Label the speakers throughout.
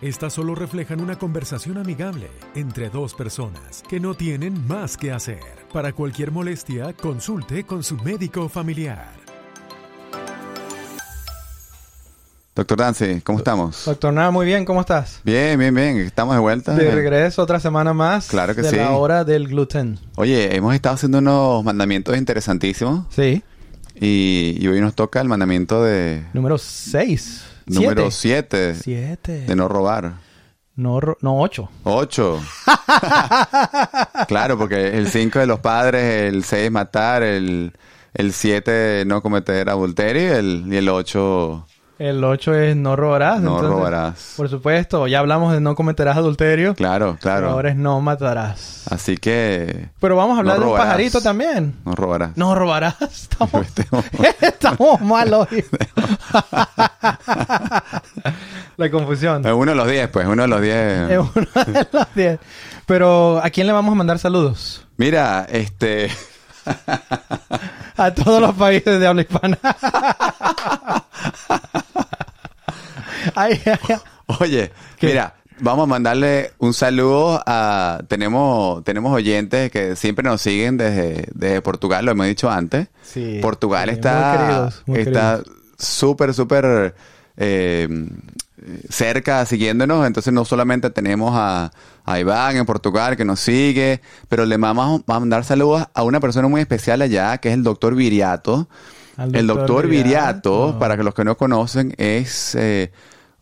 Speaker 1: Estas solo reflejan una conversación amigable entre dos personas que no tienen más que hacer. Para cualquier molestia, consulte con su médico familiar.
Speaker 2: Doctor Dance,
Speaker 3: Eh,
Speaker 2: ¿cómo estamos?
Speaker 3: Doctor Nada, muy bien, ¿cómo estás?
Speaker 2: Bien, bien, bien. Estamos de vuelta.
Speaker 3: De regreso otra semana más
Speaker 2: Claro que
Speaker 3: de
Speaker 2: sí.
Speaker 3: la hora del gluten.
Speaker 2: Oye, hemos estado haciendo unos mandamientos interesantísimos
Speaker 3: Sí.
Speaker 2: y, y hoy nos toca el mandamiento de
Speaker 3: Número 6.
Speaker 2: número 7,
Speaker 3: 7.
Speaker 2: de no robar.
Speaker 3: No, 8.
Speaker 2: 8. claro, porque el 5 de los padres, el 6 matar, el 7 no cometer adulterio y el- y el 8
Speaker 3: El 8 es no robarás.
Speaker 2: No robarás.
Speaker 3: Por supuesto, ya hablamos de no cometerás adulterio.
Speaker 2: Claro,
Speaker 3: pero
Speaker 2: claro.
Speaker 3: Ahora es no matarás.
Speaker 2: Así que
Speaker 3: Pero vamos a hablar
Speaker 2: No
Speaker 3: de un
Speaker 2: robarás.
Speaker 3: pajarito también.
Speaker 2: no robarás.
Speaker 3: No robarás. Estamos, estamos mal hoy. la confusión.
Speaker 2: Eh, Uno de los 10, pues, uno de los 10.
Speaker 3: Es uno de los 10. Pero, ¿a quién le vamos a mandar saludos?
Speaker 2: Mira, este...
Speaker 3: A todos los países de habla hispana. Ay, ay, ay.
Speaker 2: Oye,
Speaker 3: ¿Qué?
Speaker 2: mira, vamos a mandarle un saludo a... Tenemos, tenemos oyentes que siempre nos siguen desde, desde Portugal, lo hemos dicho antes.
Speaker 3: Sí,
Speaker 2: Portugal
Speaker 3: sí,
Speaker 2: está...
Speaker 3: muy queridos, muy
Speaker 2: está súper, súper eh, cerca siguiéndonos. Entonces no solamente tenemos a, a Iván en Portugal que nos sigue, pero le vamos a mandar saludos a una persona muy especial allá, que es el doctor Viriato.
Speaker 3: Al
Speaker 2: El doctor Viriato,
Speaker 3: Viriato.
Speaker 2: para que los que no conocen, es eh,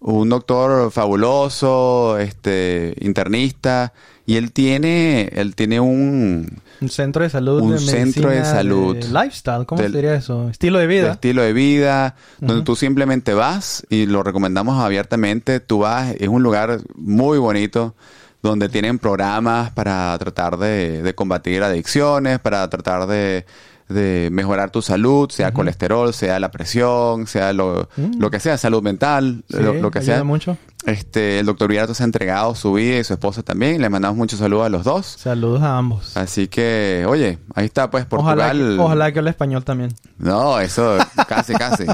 Speaker 2: un doctor fabuloso, este, internista, y él tiene, él tiene un
Speaker 3: Un centro de salud.
Speaker 2: Un
Speaker 3: de
Speaker 2: centro de
Speaker 3: medicina
Speaker 2: salud.
Speaker 3: lifestyle, ¿cómo
Speaker 2: Del-
Speaker 3: se diría eso? Estilo de
Speaker 2: de
Speaker 3: vida.
Speaker 2: estilo de vida donde
Speaker 3: Ujú.
Speaker 2: tú simplemente vas y lo recomendamos abiertamente. Tú vas, es un lugar muy bonito donde tienen programas para tratar de, de combatir adicciones, para tratar de, de mejorar tu salud, sea colesterol, sea la presión, sea lo, lo que sea, salud mental,
Speaker 3: Mm. Sí,
Speaker 2: lo, lo que
Speaker 3: ayuda
Speaker 2: sea.
Speaker 3: mucho.
Speaker 2: Este, el doctor Virato se ha entregado su vida y su esposa también. Les mandamos muchos saludos a los dos.
Speaker 3: Saludos a ambos.
Speaker 2: Así que, oye, ahí está pues Portugal.
Speaker 3: Ojalá que, ojalá que hable español también.
Speaker 2: No, eso casi, casi.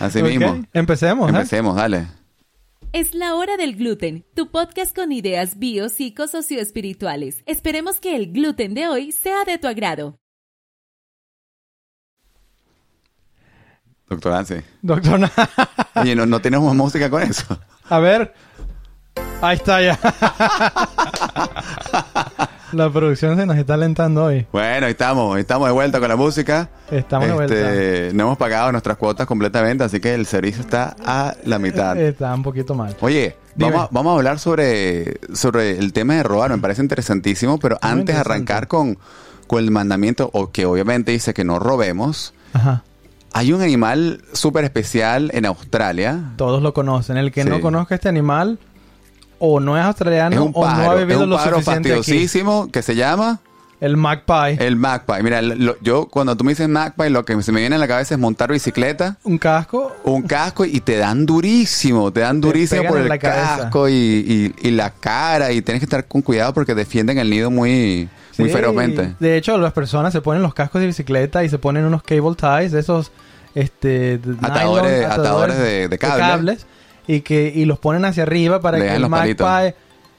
Speaker 2: Así
Speaker 3: Ok,
Speaker 2: mismo.
Speaker 3: Empecemos. ¿eh?
Speaker 2: Empecemos, dale.
Speaker 4: Es la hora del gluten, tu podcast con ideas bio, psico, socioespirituales. Esperemos que el gluten de hoy sea de tu agrado.
Speaker 2: Doctor Anse.
Speaker 3: Doctor Na-
Speaker 2: Oye, no, no tenemos más música con eso.
Speaker 3: A ver. Ahí está ya. la producción se nos está alentando hoy.
Speaker 2: Bueno, ahí estamos, ahí estamos de vuelta con la música.
Speaker 3: Estamos de
Speaker 2: Este, No hemos pagado nuestras cuotas completamente, así que el servicio está a la mitad.
Speaker 3: Está un poquito mal.
Speaker 2: Oye,
Speaker 3: Eh, Dime.
Speaker 2: vamos a, vamos a hablar sobre, sobre el tema de robar, me parece interesantísimo, pero antes de
Speaker 3: interesante.
Speaker 2: arrancar con, con el mandamiento, o que obviamente dice que no robemos,
Speaker 3: Ajá.
Speaker 2: hay un animal súper especial en Australia.
Speaker 3: Todos lo conocen. El que
Speaker 2: Sí.
Speaker 3: no conozca este animal o no es australiano
Speaker 2: Es un
Speaker 3: o no ha
Speaker 2: pájaro, es
Speaker 3: vivido
Speaker 2: un
Speaker 3: lo
Speaker 2: pájaro
Speaker 3: suficiente aquí.
Speaker 2: fastidiosísimo que se llama...
Speaker 3: El magpie.
Speaker 2: El magpie. Mira, lo- yo cuando tú me dices magpie, lo que se me viene a la cabeza es montar bicicleta,
Speaker 3: Un casco.
Speaker 2: un casco y te dan durísimo, te dan
Speaker 3: Te
Speaker 2: durísimo
Speaker 3: pegan
Speaker 2: por
Speaker 3: en
Speaker 2: el
Speaker 3: la cabeza.
Speaker 2: casco y, y- y la cara y tienes que estar con cuidado porque defienden el nido muy, muy
Speaker 3: Sí.
Speaker 2: ferozmente.
Speaker 3: De hecho, las personas se ponen los cascos de bicicleta y se ponen unos cable ties, esos este, de nylon,
Speaker 2: Atadores- atadores de- de cable.
Speaker 3: cables, y que y los ponen hacia arriba para
Speaker 2: Le
Speaker 3: que
Speaker 2: dan
Speaker 3: el
Speaker 2: los palitos.
Speaker 3: magpie.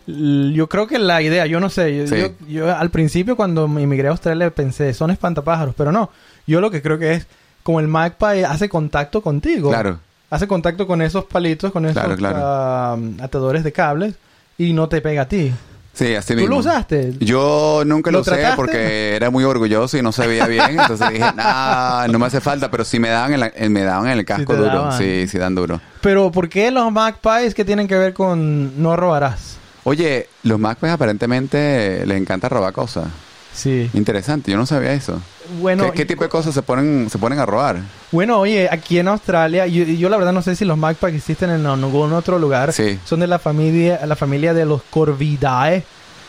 Speaker 3: l- Yo creo que la idea, yo no sé, yo,
Speaker 2: Sí.
Speaker 3: yo- yo al principio cuando me emigré a Australia pensé, son espantapájaros, pero no, yo lo que creo que es como el magpie hace contacto contigo.
Speaker 2: Claro.
Speaker 3: Hace contacto con esos palitos, con esos
Speaker 2: Claro, claro.
Speaker 3: ah, atadores de cables y no te pega a ti.
Speaker 2: Sí, así
Speaker 3: ¿Tú
Speaker 2: mismo.
Speaker 3: lo usaste?
Speaker 2: Yo nunca lo,
Speaker 3: ¿Lo
Speaker 2: usé
Speaker 3: trataste?
Speaker 2: porque era muy orgulloso y no se veía bien. Entonces dije, nah, no me hace falta. Pero sí me daban en, la- en- me daban en el casco
Speaker 3: te
Speaker 2: duro.
Speaker 3: daban.
Speaker 2: Sí, sí dan duro.
Speaker 3: Pero ¿por qué los magpies que tienen que ver con no robarás?
Speaker 2: Oye, los magpies aparentemente les encanta robar cosas.
Speaker 3: Sí.
Speaker 2: Interesante, yo no sabía eso.
Speaker 3: Bueno,
Speaker 2: ¿Qué, qué
Speaker 3: y-
Speaker 2: tipo de cosas se ponen, se ponen a robar?
Speaker 3: bueno, oye, aquí en Australia, yo, yo la verdad no sé si los magpies existen en algún otro lugar.
Speaker 2: Sí.
Speaker 3: Son de la familia, la familia de los Corvidae.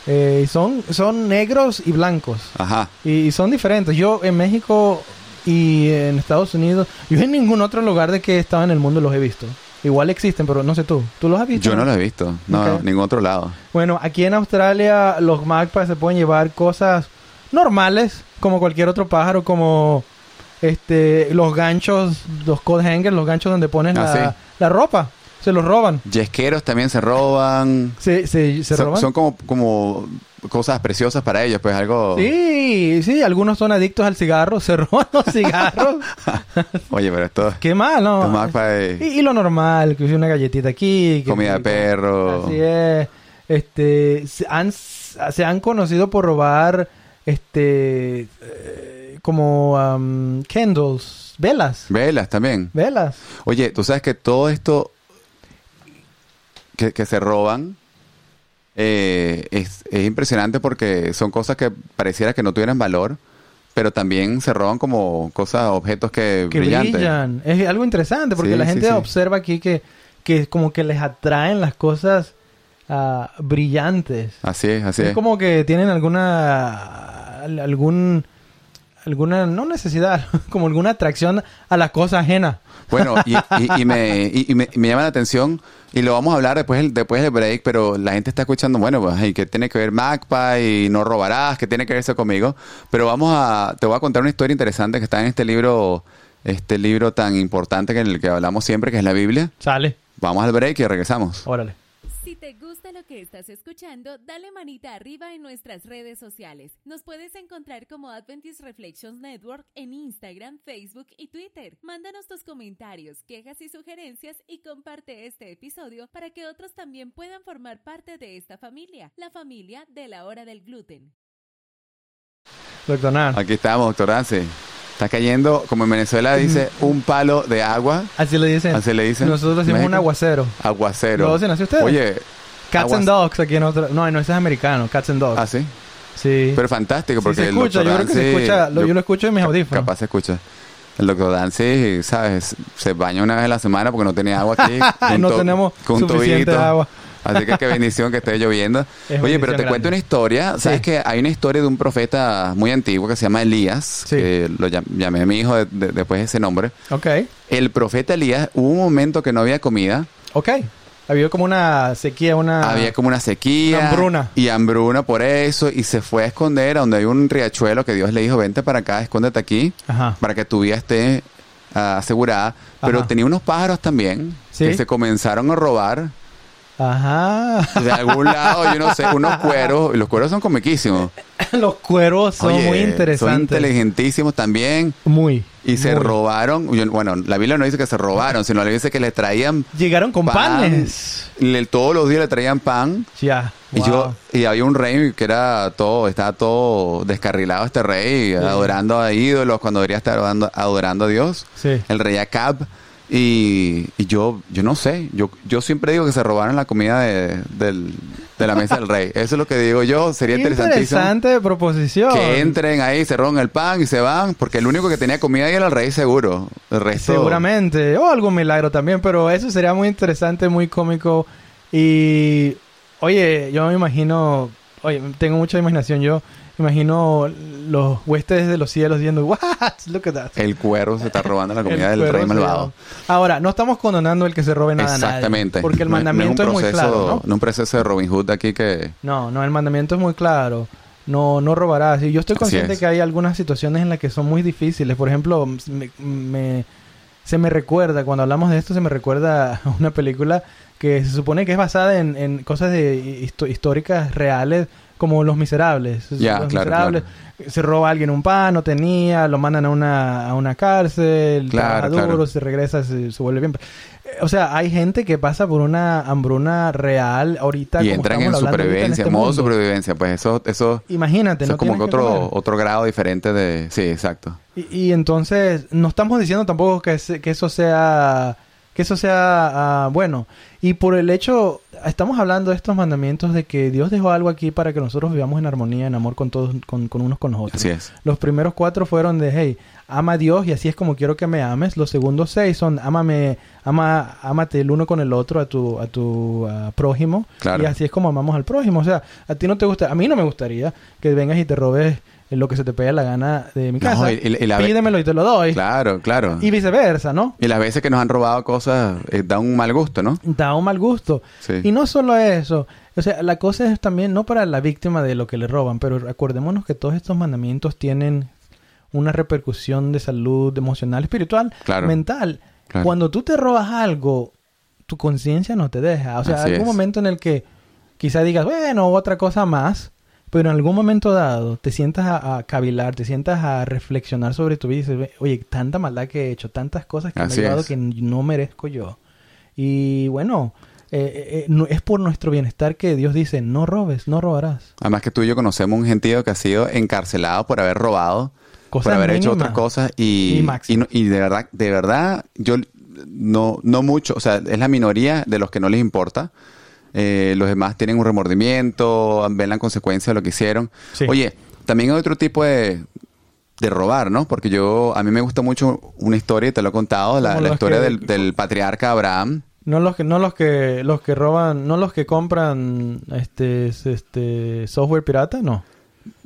Speaker 3: Eh, son, son negros y blancos.
Speaker 2: Ajá.
Speaker 3: Y, y son diferentes. Yo en México y en Estados Unidos. Yo en ningún otro lugar de que estaba en el mundo los he visto. Igual existen, pero no sé tú. ¿Tú los has visto?
Speaker 2: Yo no lo he visto. No,
Speaker 3: Ok.
Speaker 2: no, ningún otro lado.
Speaker 3: Bueno, aquí en Australia los magpies se pueden llevar cosas normales, como cualquier otro pájaro, como este los ganchos, los coat hangers, los ganchos donde pones
Speaker 2: Ah,
Speaker 3: la,
Speaker 2: sí.
Speaker 3: la ropa. Se los roban.
Speaker 2: Yesqueros también se roban.
Speaker 3: Se, se, se
Speaker 2: son,
Speaker 3: roban.
Speaker 2: son como, como cosas preciosas para ellos, pues algo...
Speaker 3: Sí, sí, algunos son adictos al cigarro, se roban los cigarros.
Speaker 2: Oye, pero esto...
Speaker 3: Qué mal, ¿no?
Speaker 2: Los magpies.
Speaker 3: Y, y lo normal, que una galletita aquí. que-
Speaker 2: Comida de perro.
Speaker 3: Así es. Este, se han, se han conocido por robar, este, eh, como am, candles, velas.
Speaker 2: Velas también.
Speaker 3: Velas.
Speaker 2: Oye, tú sabes que todo esto que, que se roban eh, es, es impresionante porque son cosas que pareciera que no tuvieran valor, pero también se roban como cosas, objetos que,
Speaker 3: que
Speaker 2: brillantes.
Speaker 3: brillan. Es algo interesante porque
Speaker 2: Sí,
Speaker 3: la
Speaker 2: sí,
Speaker 3: gente
Speaker 2: sí.
Speaker 3: observa aquí que, que como que les atraen las cosas ah, brillantes.
Speaker 2: Así es, así es.
Speaker 3: Es como que tienen alguna al- algún alguna no necesidad, como alguna atracción a la cosa ajena.
Speaker 2: Bueno, y, y- y me, y- y me- y me llama la atención, y lo vamos a hablar después, del- después del break, pero la gente está escuchando, bueno, pues, ¿y qué tiene que ver Magpie? Y no robarás, ¿qué tiene que ver eso conmigo? Pero vamos a, te voy a contar una historia interesante que está en este libro, este libro tan importante que en el que hablamos siempre, que es la Biblia.
Speaker 3: Sale.
Speaker 2: Vamos al break y regresamos.
Speaker 3: Órale.
Speaker 4: Si te gusta lo que estás escuchando, dale manita arriba en nuestras redes sociales. Nos puedes encontrar como Adventist Reflections Network en Instagram, Facebook y Twitter. Mándanos tus comentarios, quejas y sugerencias y comparte este episodio para que otros también puedan formar parte de esta familia, la familia de la hora del gluten.
Speaker 3: Doctor Nan.
Speaker 2: Aquí estamos, doctor Anse. Está cayendo, como en Venezuela dice, un palo de agua.
Speaker 3: Así le dicen.
Speaker 2: Así le dicen.
Speaker 3: Nosotros decimos
Speaker 2: México.
Speaker 3: un aguacero.
Speaker 2: Aguacero.
Speaker 3: ¿Lo hacen así ustedes?
Speaker 2: Oye,
Speaker 3: Cats and
Speaker 2: Aguas-
Speaker 3: dogs aquí en otro. No, no, ese es americano. Cats and dogs.
Speaker 2: así.
Speaker 3: sí.
Speaker 2: ah, Pero fantástico,
Speaker 3: Sí,
Speaker 2: porque
Speaker 3: se
Speaker 2: el
Speaker 3: escucha,
Speaker 2: doctor
Speaker 3: yo creo que se
Speaker 2: Dance-
Speaker 3: escucha, lo- yo lo escucho en mis
Speaker 2: ca-
Speaker 3: audífonos.
Speaker 2: Capaz se escucha. El doctor Dance, ¿sabes? Se baña una vez a la semana porque no tenía agua aquí. con un
Speaker 3: No
Speaker 2: to-
Speaker 3: tenemos
Speaker 2: con un
Speaker 3: suficiente
Speaker 2: tobillito.
Speaker 3: agua.
Speaker 2: Así que qué bendición que esté lloviendo.
Speaker 3: Es
Speaker 2: Oye,
Speaker 3: bendición
Speaker 2: pero te
Speaker 3: grande.
Speaker 2: cuento una historia. ¿Sabes
Speaker 3: Sí.
Speaker 2: que hay una historia de un profeta muy antiguo que se llama Elías?
Speaker 3: Sí.
Speaker 2: que lo llam- llamé a mi hijo de- de- después de ese nombre.
Speaker 3: Ok.
Speaker 2: El profeta Elías, hubo un momento que no había comida.
Speaker 3: Ok. Había como una sequía, una.
Speaker 2: Había como una sequía.
Speaker 3: Ah. Una hambruna.
Speaker 2: Y hambruna por eso. Y se fue a esconder a donde hay un riachuelo que Dios le dijo, vente para acá, escóndete aquí.
Speaker 3: Ajá.
Speaker 2: Para que tu vida esté ah, asegurada. Pero
Speaker 3: Ajá.
Speaker 2: tenía unos pájaros también
Speaker 3: Sí.
Speaker 2: que se comenzaron a robar
Speaker 3: Ajá.
Speaker 2: de algún lado, yo no sé, unos cueros. Y los cueros son comiquísimos.
Speaker 3: Los cueros son
Speaker 2: Oye,
Speaker 3: muy
Speaker 2: Son
Speaker 3: interesantes.
Speaker 2: inteligentísimos también.
Speaker 3: muy.
Speaker 2: Y se
Speaker 3: muy.
Speaker 2: robaron, yo- bueno, la Biblia no dice que se robaron, sino la Biblia dice que le traían
Speaker 3: Llegaron con
Speaker 2: pan.
Speaker 3: panes.
Speaker 2: le- todos los días le traían pan
Speaker 3: Ya.
Speaker 2: Y
Speaker 3: wow.
Speaker 2: yo, y había un rey que era todo, estaba todo descarrilado este rey, adorando a ídolos cuando debería estar adorando, adorando a Dios.
Speaker 3: Sí.
Speaker 2: El rey Acab. Y, y yo, yo no sé, yo, yo siempre digo que se robaron la comida de, del- de la mesa del rey. Eso es lo que digo yo, sería interesantísimo.
Speaker 3: Interesante proposición.
Speaker 2: Que entren ahí, se roban el pan y se van, porque el único que tenía comida ahí era el rey seguro. El resto,
Speaker 3: Seguramente. O algún milagro también, pero eso sería muy interesante, muy cómico. Y. Oye, yo me imagino. Oye, tengo mucha imaginación. Yo imagino los huestes de los cielos diciendo, ¡What! Look at that.
Speaker 2: El cuero se está robando la comida
Speaker 3: El
Speaker 2: del rey
Speaker 3: cuervo se
Speaker 2: malvado.
Speaker 3: va. Ahora, no estamos condonando el que se robe nada a nadie,
Speaker 2: Exactamente.
Speaker 3: porque el
Speaker 2: No es- no
Speaker 3: mandamiento es,
Speaker 2: un
Speaker 3: muy
Speaker 2: proceso-
Speaker 3: claro, ¿no?
Speaker 2: No es un proceso de Robin Hood aquí que...
Speaker 3: No, no, el mandamiento es muy claro. No, no robarás. Y yo estoy
Speaker 2: Así
Speaker 3: consciente
Speaker 2: es.
Speaker 3: que hay algunas situaciones en las que son muy difíciles. Por ejemplo, m- me- me- se me recuerda, cuando hablamos de esto, se me recuerda a una película que se supone que es basada en, en cosas de histo- históricas reales, como Los Miserables.
Speaker 2: Ya,
Speaker 3: Los
Speaker 2: claro,
Speaker 3: Miserables. Se roba a alguien un pan, no tenía, lo mandan a una, a una cárcel,
Speaker 2: Claro,
Speaker 3: trabaja duro,
Speaker 2: claro.
Speaker 3: se regresa, se, se vuelve bien. Eh, O sea, hay gente que pasa por una hambruna real ahorita.
Speaker 2: Y
Speaker 3: como
Speaker 2: entran en
Speaker 3: estamos hablando ahorita en
Speaker 2: supervivencia,
Speaker 3: este
Speaker 2: modo
Speaker 3: mundo.
Speaker 2: supervivencia. Pues eso, eso,
Speaker 3: Imagínate,
Speaker 2: eso
Speaker 3: ¿no?
Speaker 2: es como que
Speaker 3: tienes que
Speaker 2: otro,
Speaker 3: comer.
Speaker 2: otro grado diferente de... Sí, exacto.
Speaker 3: y, y entonces, no estamos diciendo tampoco que, se- que eso sea. Que eso sea ah, bueno. Y por el hecho, estamos hablando de estos mandamientos de que Dios dejó algo aquí para que nosotros vivamos en armonía, en amor con todos, con, con unos con los otros.
Speaker 2: Así es.
Speaker 3: Los primeros cuatro fueron de, hey, ama a Dios y así es como quiero que me ames. Los segundos seis son, ámame, ama, ámate el uno con el otro a tu, a tu ah, prójimo.
Speaker 2: Claro.
Speaker 3: Y así es como amamos al prójimo. O sea, a ti no te gusta, a mí no me gustaría que vengas y te robes lo que se te pega la gana de mi
Speaker 2: No,
Speaker 3: casa.
Speaker 2: y- y- y la ve-
Speaker 3: Pídemelo y te lo doy.
Speaker 2: Claro, claro.
Speaker 3: Y viceversa, ¿no?
Speaker 2: Y las veces que nos han robado cosas eh, da un mal gusto, ¿no?
Speaker 3: Da un mal gusto.
Speaker 2: Sí.
Speaker 3: Y no solo eso. O sea, la cosa es también no para la víctima de lo que le roban, pero acordémonos que todos estos mandamientos tienen una repercusión de salud emocional, espiritual,
Speaker 2: Claro.
Speaker 3: mental.
Speaker 2: Claro.
Speaker 3: Cuando tú te robas algo, tu conciencia no te deja. O sea,
Speaker 2: Así
Speaker 3: algún
Speaker 2: es.
Speaker 3: momento en el que quizá digas, bueno, otra cosa más, pero en algún momento dado te sientas a, a cavilar, te sientas a reflexionar sobre tu vida y dices, "Ve- oye, tanta maldad que he hecho, tantas cosas que me
Speaker 2: Así
Speaker 3: he dado
Speaker 2: es.
Speaker 3: que no merezco yo. Y bueno, eh, eh, no- es por nuestro bienestar que Dios dice, no robes, no robarás.
Speaker 2: Además que tú y yo conocemos un gentío que ha sido encarcelado por haber robado,
Speaker 3: Cosas
Speaker 2: por haber hecho
Speaker 3: mínimas.
Speaker 2: otras cosas y,
Speaker 3: Mínimas.
Speaker 2: y, no- y de verdad, de verdad, yo no, no mucho, o sea, es la minoría de los que no les importa. Eh, los demás tienen un remordimiento, ven la consecuencia de lo que hicieron.
Speaker 3: Sí.
Speaker 2: Oye, también hay otro tipo de, de robar, ¿no? Porque yo, a mí me gusta mucho una historia, y te lo he contado, la,
Speaker 3: Como
Speaker 2: la
Speaker 3: los
Speaker 2: historia
Speaker 3: que-
Speaker 2: del, del patriarca Abraham.
Speaker 3: No los que, no los que, los que roban, no los que compran este, este software pirata, no.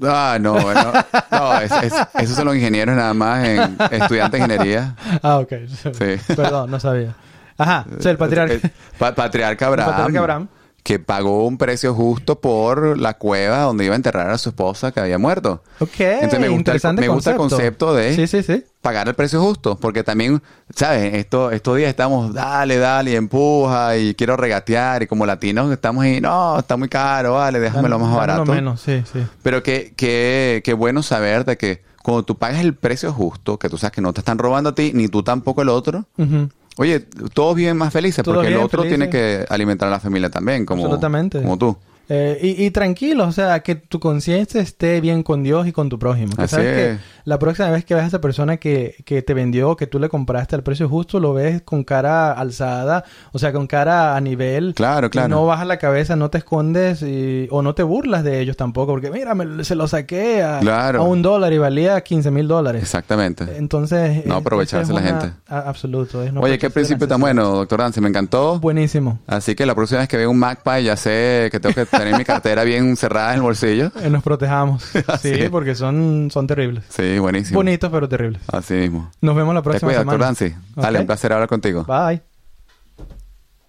Speaker 2: Ah, no, bueno, no, es- es- esos son los ingenieros nada más, en, estudiantes de ingeniería.
Speaker 3: Ah, ok.
Speaker 2: Sí.
Speaker 3: Perdón, no sabía. Ajá, soy el patriarca.
Speaker 2: Eh, pa- patriarca Abraham.
Speaker 3: El patriarca Abraham.
Speaker 2: Que pagó un precio justo por la cueva donde iba a enterrar a su esposa que había muerto.
Speaker 3: Ok,
Speaker 2: Entonces me gusta, el,
Speaker 3: interesante
Speaker 2: me gusta el concepto de
Speaker 3: Sí, sí, sí.
Speaker 2: pagar el precio justo. Porque también, ¿sabes? Esto, estos días estamos, dale, dale, y empuja y quiero regatear. Y como latinos estamos ahí, no, está muy caro, vale, déjamelo "Ah, más
Speaker 3: Dámelo
Speaker 2: barato.
Speaker 3: menos, sí, sí.
Speaker 2: Pero qué, qué, qué bueno saber de que cuando tú pagas el precio justo, que tú sabes que no te están robando a ti, ni tú tampoco el otro,
Speaker 3: Ujú.
Speaker 2: Oye, todos viven más felices
Speaker 3: Todos
Speaker 2: porque el
Speaker 3: viven
Speaker 2: otro tiene
Speaker 3: felices.
Speaker 2: que alimentar a la familia también, como,
Speaker 3: Absolutamente.
Speaker 2: como tú.
Speaker 3: Eh, y, y tranquilo, o sea, que tu conciencia esté bien con Dios y con tu prójimo. Que
Speaker 2: Así
Speaker 3: sabes
Speaker 2: es.
Speaker 3: que la próxima vez que veas a esa persona que, que te vendió, que tú le compraste al precio justo, lo ves con cara alzada, o sea, con cara a nivel.
Speaker 2: Claro,
Speaker 3: Y
Speaker 2: claro.
Speaker 3: No bajas la cabeza, no te escondes y- o no te burlas de ellos tampoco, porque mira, me- se lo saqué a,
Speaker 2: Claro.
Speaker 3: a un dólar y valía 15 mil dólares.
Speaker 2: Exactamente.
Speaker 3: Entonces.
Speaker 2: No aprovecharse
Speaker 3: eso es
Speaker 2: la
Speaker 3: una-
Speaker 2: gente.
Speaker 3: a- absoluto. es no
Speaker 2: Oye, qué
Speaker 3: aprovecharse de la
Speaker 2: principio tan
Speaker 3: necesidad.
Speaker 2: bueno, doctor Dance, me encantó.
Speaker 3: Buenísimo.
Speaker 2: Así que la próxima vez que vea un Magpie ya sé que tengo que tener mi cartera bien cerrada en el bolsillo.
Speaker 3: Eh, nos protejamos.
Speaker 2: Así
Speaker 3: sí,
Speaker 2: es.
Speaker 3: porque son, son terribles.
Speaker 2: Sí, Ah, buenísimo.
Speaker 3: Bonitos, pero terribles.
Speaker 2: Así mismo.
Speaker 3: Nos vemos la
Speaker 2: Te
Speaker 3: próxima
Speaker 2: cuidas, doctor
Speaker 3: semana.
Speaker 2: Dance. Dale,
Speaker 3: Ok.
Speaker 2: un placer hablar contigo.
Speaker 3: Bye.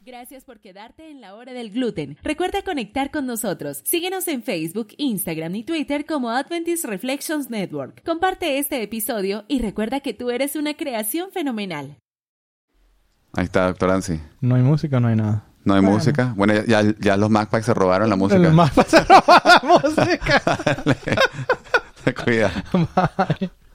Speaker 4: Gracias por quedarte en la hora del gluten. Recuerda conectar con nosotros. Síguenos en Facebook, Instagram y Twitter como Adventist Reflections Network. Comparte este episodio y recuerda que tú eres una creación fenomenal.
Speaker 2: Ahí está, doctor Dance.
Speaker 3: No hay música, no hay nada.
Speaker 2: No hay música. Bueno, ya- ya, ya los Magpies se robaron la música.
Speaker 3: Los más pasaron la música.
Speaker 2: Te cuidas.
Speaker 3: Bye.